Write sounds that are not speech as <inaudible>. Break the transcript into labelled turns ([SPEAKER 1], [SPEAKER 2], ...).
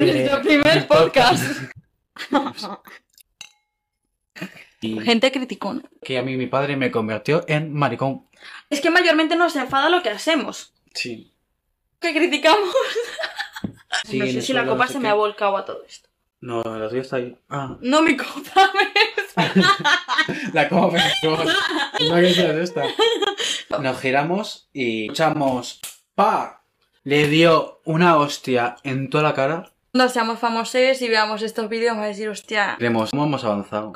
[SPEAKER 1] Eh, el <laughs> podcast.
[SPEAKER 2] Y
[SPEAKER 1] Gente criticona.
[SPEAKER 2] que a mí mi padre me convirtió en maricón.
[SPEAKER 1] Es que mayormente nos enfada lo que hacemos.
[SPEAKER 2] Sí.
[SPEAKER 1] Que criticamos.
[SPEAKER 2] Sí,
[SPEAKER 1] no
[SPEAKER 2] en
[SPEAKER 1] sé
[SPEAKER 2] el
[SPEAKER 1] si la
[SPEAKER 2] suelo,
[SPEAKER 1] copa
[SPEAKER 2] no sé
[SPEAKER 1] se
[SPEAKER 2] qué.
[SPEAKER 1] me ha volcado a todo esto.
[SPEAKER 2] No, la tuya está ahí. Ah,
[SPEAKER 1] No, <laughs> mi copa
[SPEAKER 2] <laughs> la copa
[SPEAKER 1] <laughs>
[SPEAKER 2] me No que sea esta. Nos giramos y echamos. ¡Pa! Le dio una hostia en toda la cara.
[SPEAKER 1] Cuando seamos famosos y veamos estos vídeos, vamos a decir, hostia,
[SPEAKER 2] Creemos, ¿cómo hemos avanzado?